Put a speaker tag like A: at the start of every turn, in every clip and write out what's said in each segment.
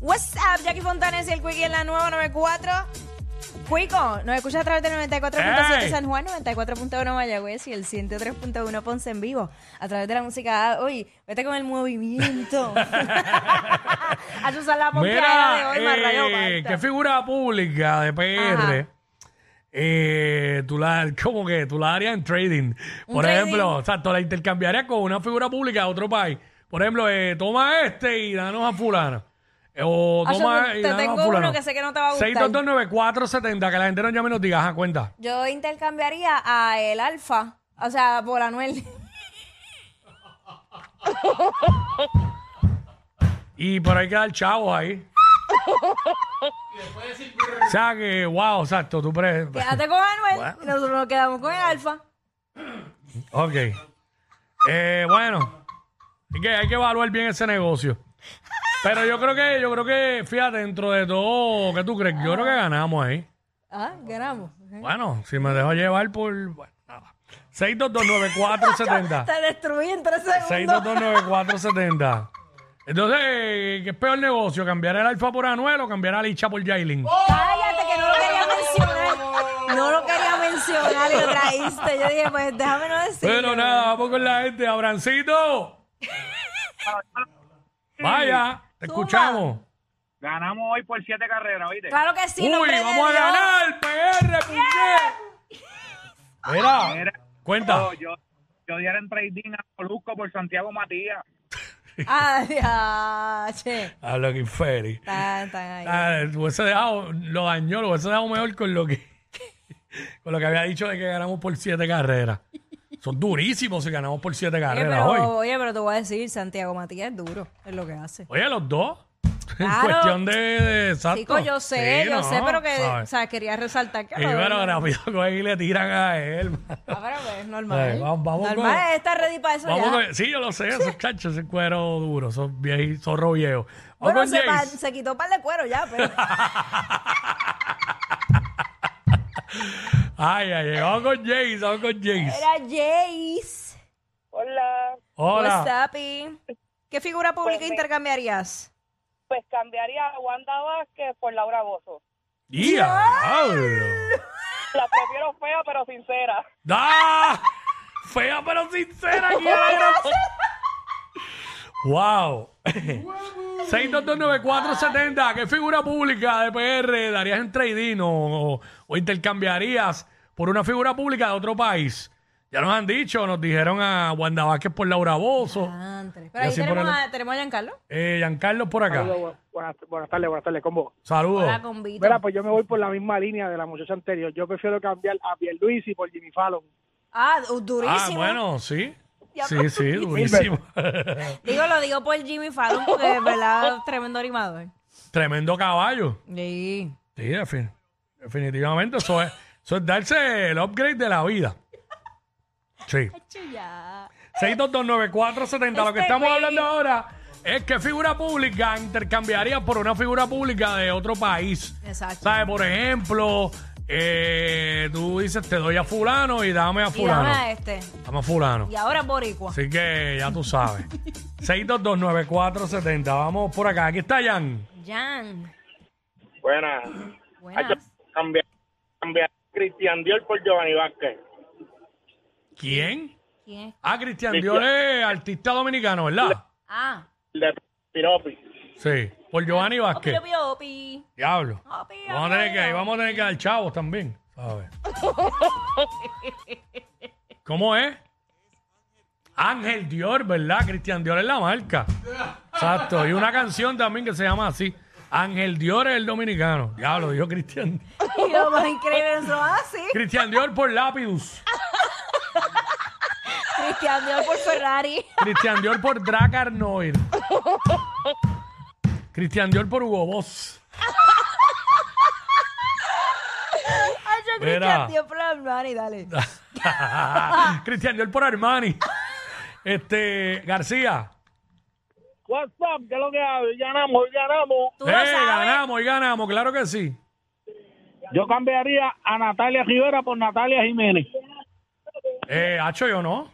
A: What's up, Jackie Fontanes y el Quickie en la nueva 94. Cuico, nos escuchas a través del 94.7
B: Hey.
A: San Juan, 94.1 Mayagüez y el 103.1 Ponce en vivo. A través de la música. Oye, vete con el movimiento. a usar la pompeadera de
B: Mira,
A: hoy, más rayo,
B: eh,
A: basta.
B: qué figura pública de PR.
A: Ajá.
B: Eh, tú la, ¿Cómo que? Tú la harías en trading.
A: Un
B: Por
A: trading.
B: ejemplo, exacto, la intercambiarías con una figura pública de otro país. Por ejemplo, eh, toma este y danos a fulana. Eh, O
A: Ah, yo
B: toma
A: te
B: y danos
A: tengo
B: a
A: uno
B: fulano.
A: que sé que no te va a gustar.
B: 6229470, que la gente nos llame y nos diga, ajá, cuenta.
A: Yo intercambiaría a el Alfa, o sea, por Anuel.
B: Y por ahí queda el chavo ahí. o sea que, wow, exacto, tú pre...
A: Quédate con Anuel y nosotros nos quedamos con el Alfa.
B: Ok. Eh, bueno, hay que, hay que evaluar bien ese negocio. Pero yo creo que, yo creo que, fíjate, dentro de todo, ¿qué tú crees? Yo creo que ganamos ahí.
A: Ah, ganamos.
B: Bueno, si me dejo llevar por. Bueno, nada. 6229470.
A: Te destruí en tres segundos.
B: 6229470. Entonces, eh, ¿qué es peor negocio? ¿Cambiar el alfa por Anuel o cambiar a Licha por Jailin?
A: Cállate, que no lo quería mencionar. No lo quería mencionar y lo traíste. Yo dije, pues déjame no decirlo.
B: Pero nada, vamos con la gente. Abrancito. Vaya, te
A: Zumba.
B: escuchamos.
C: Ganamos hoy por siete carreras, ¿oíste?
A: Claro que sí, en
B: Uy,
A: nombre de
B: vamos a
A: Dios.
B: ganar, PR, puñet. Mira,
C: Mira,
B: cuenta.
C: Yo, yo, yo diera en trading a Molusco por Santiago Matías.
A: Ay, ah, che.
B: Habla que infeliz.
A: Tan, tan ahí.
B: Ah, lo hubiese dejado, lo dañó, lo hubiese dejado mejor con lo que con lo que había dicho de que ganamos por siete carreras. Son durísimos si ganamos por siete
A: Oye,
B: carreras
A: pero,
B: hoy.
A: oye, pero te voy a decir, Santiago Matías es duro, es lo que hace.
B: Oye, los dos. En
A: Claro.
B: cuestión de, de- exacto.
A: Chico, yo sé,
B: Sí,
A: yo
B: no,
A: sé, pero que, o
B: ¿sabes?
A: sea, quería resaltar que
B: Y
A: lo de-
B: bueno, rápido cogen y le tiran a él. mano.
A: Ah, pero pues, es normal.
B: Ay, vamos- vamos con-
A: normal es estar ready para eso
B: Vamos
A: ya.
B: con- sí, yo lo sé, esos cachos, ese cuero duro, esos viejitos, zorro viejo. Vamos
A: Bueno,
B: con
A: se, pa-
B: Jace.
A: se quitó un par de cuero ya, pero
B: Ay, ay, ay, vamos con Jace, vamos con Jace.
A: era Jace.
D: Hola,
B: Hola.
A: What's up, y- ¿Qué figura pública
D: Pues me-
A: intercambiarías?
D: pues cambiaría a Wanda Vázquez por Laura Bozo.
B: ¡Diablo!
D: La prefiero fea pero sincera.
B: ¡Ah! Fea pero sincera, aquí a la gran- ¡Wow! 6229470, ¿qué figura pública de PR darías en trading o, o- o intercambiarías por una figura pública de otro país? Ya nos han dicho, nos dijeron a Wanda Vázquez por Laura Bozo,
A: Antes.
B: Y
A: Pero ahí
B: así
A: tenemos,
B: por
A: a, tenemos a Giancarlo.
B: eh, Giancarlo por acá. Ah,
C: Buenas, buenas tardes, buenas tardes, combo.
B: Saludos.
A: Hola, Ah, con Vito.
C: Mira, pues yo me voy por la misma línea de la muchacha anterior. Yo prefiero cambiar a Pierluisi por Jimmy Fallon.
A: Ah, du- durísimo.
B: Ah, bueno, sí.
A: Ya
B: Sí, sí, durísimo.
A: Digo, lo digo por Jimmy Fallon porque es verdad tremendo animador.
B: Tremendo caballo.
A: Sí.
B: Sí, defin- definitivamente. Eso es, eso es darse el upgrade de la vida. Sí.
A: Ya.
B: 6229470. Lo que
A: Este
B: estamos
A: güey.
B: hablando ahora es que figura pública intercambiaría por una figura pública de otro país.
A: Exacto.
B: ¿Sabes? Por ejemplo, eh, tú dices, te doy a fulano y dame a
A: Y dame
B: fulano.
A: a este.
B: Dame a fulano.
A: Y ahora es boricua.
B: Así que ya tú sabes. 6229470. Vamos por acá. Aquí está Jan.
A: Jan.
E: Buenas. Ay, yo
A: Buenas.
E: cambiar, cambiar Cristian Dior por Giovanni Vázquez.
B: ¿Quién?
A: ¿Quién es?
B: Ah, Cristian Dior es artista dominicano, ¿verdad?
A: Ah.
E: el De Piropi.
B: Sí, por Giovanni
A: Opi,
B: Vázquez.
A: opi, opi.
B: Diablo.
A: Opi, opi,
B: Vamos a tener que, ahí
A: opi.
B: vamos a tener que dar chavos también. ¿sabes? ¿Cómo es? Ángel Dior, ¿verdad? Cristian Dior es la marca. Exacto. Y una canción también que se llama así. Ángel Dior es el dominicano. Diablo, dijo Cristian.
A: Y lo más increíble es eso. Ah, sí.
B: Cristian Dior por Lapidus.
A: Cristian Dior por Ferrari.
B: Cristian Dior por Drac Arnoir. Cristian Dior por Hugo Boss.
A: Ay, yo
B: Mira. Ah,
A: Cristian Dior por Armani, dale.
B: Cristian Dior por Armani. Este, García.
E: What's up? ¿Qué es lo que hay? Hoy Ganamos, hoy ganamos.
A: Tú
B: Eh,
A: lo sabes.
B: ganamos y ganamos, claro que sí.
E: Yo cambiaría a Natalia Rivera por Natalia Jiménez.
B: Eh, Hacho, yo no.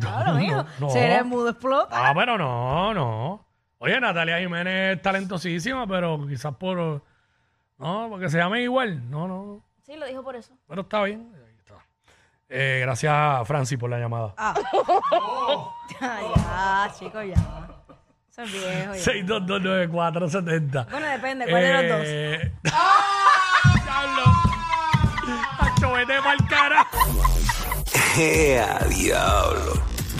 A: Claro, mijo.
B: no.
A: Si eres mudo, explota.
B: Ah, pero no, no. Oye, Natalia Jiménez es talentosísima, pero quizás por. No, porque se llame igual. No, no.
A: Sí, lo dijo por eso.
B: Pero está bien. Ahí está. Eh, gracias a Francis por la llamada.
A: Ah. ya, chicos, ya. Son viejos. ya.
B: 6229470.
A: Bueno, depende, ¿cuál de los dos?
B: Eh, dos? ¡Ah! ¡Diablo! Hacho, vete pa'l cara!
F: ¡Ea, diablo!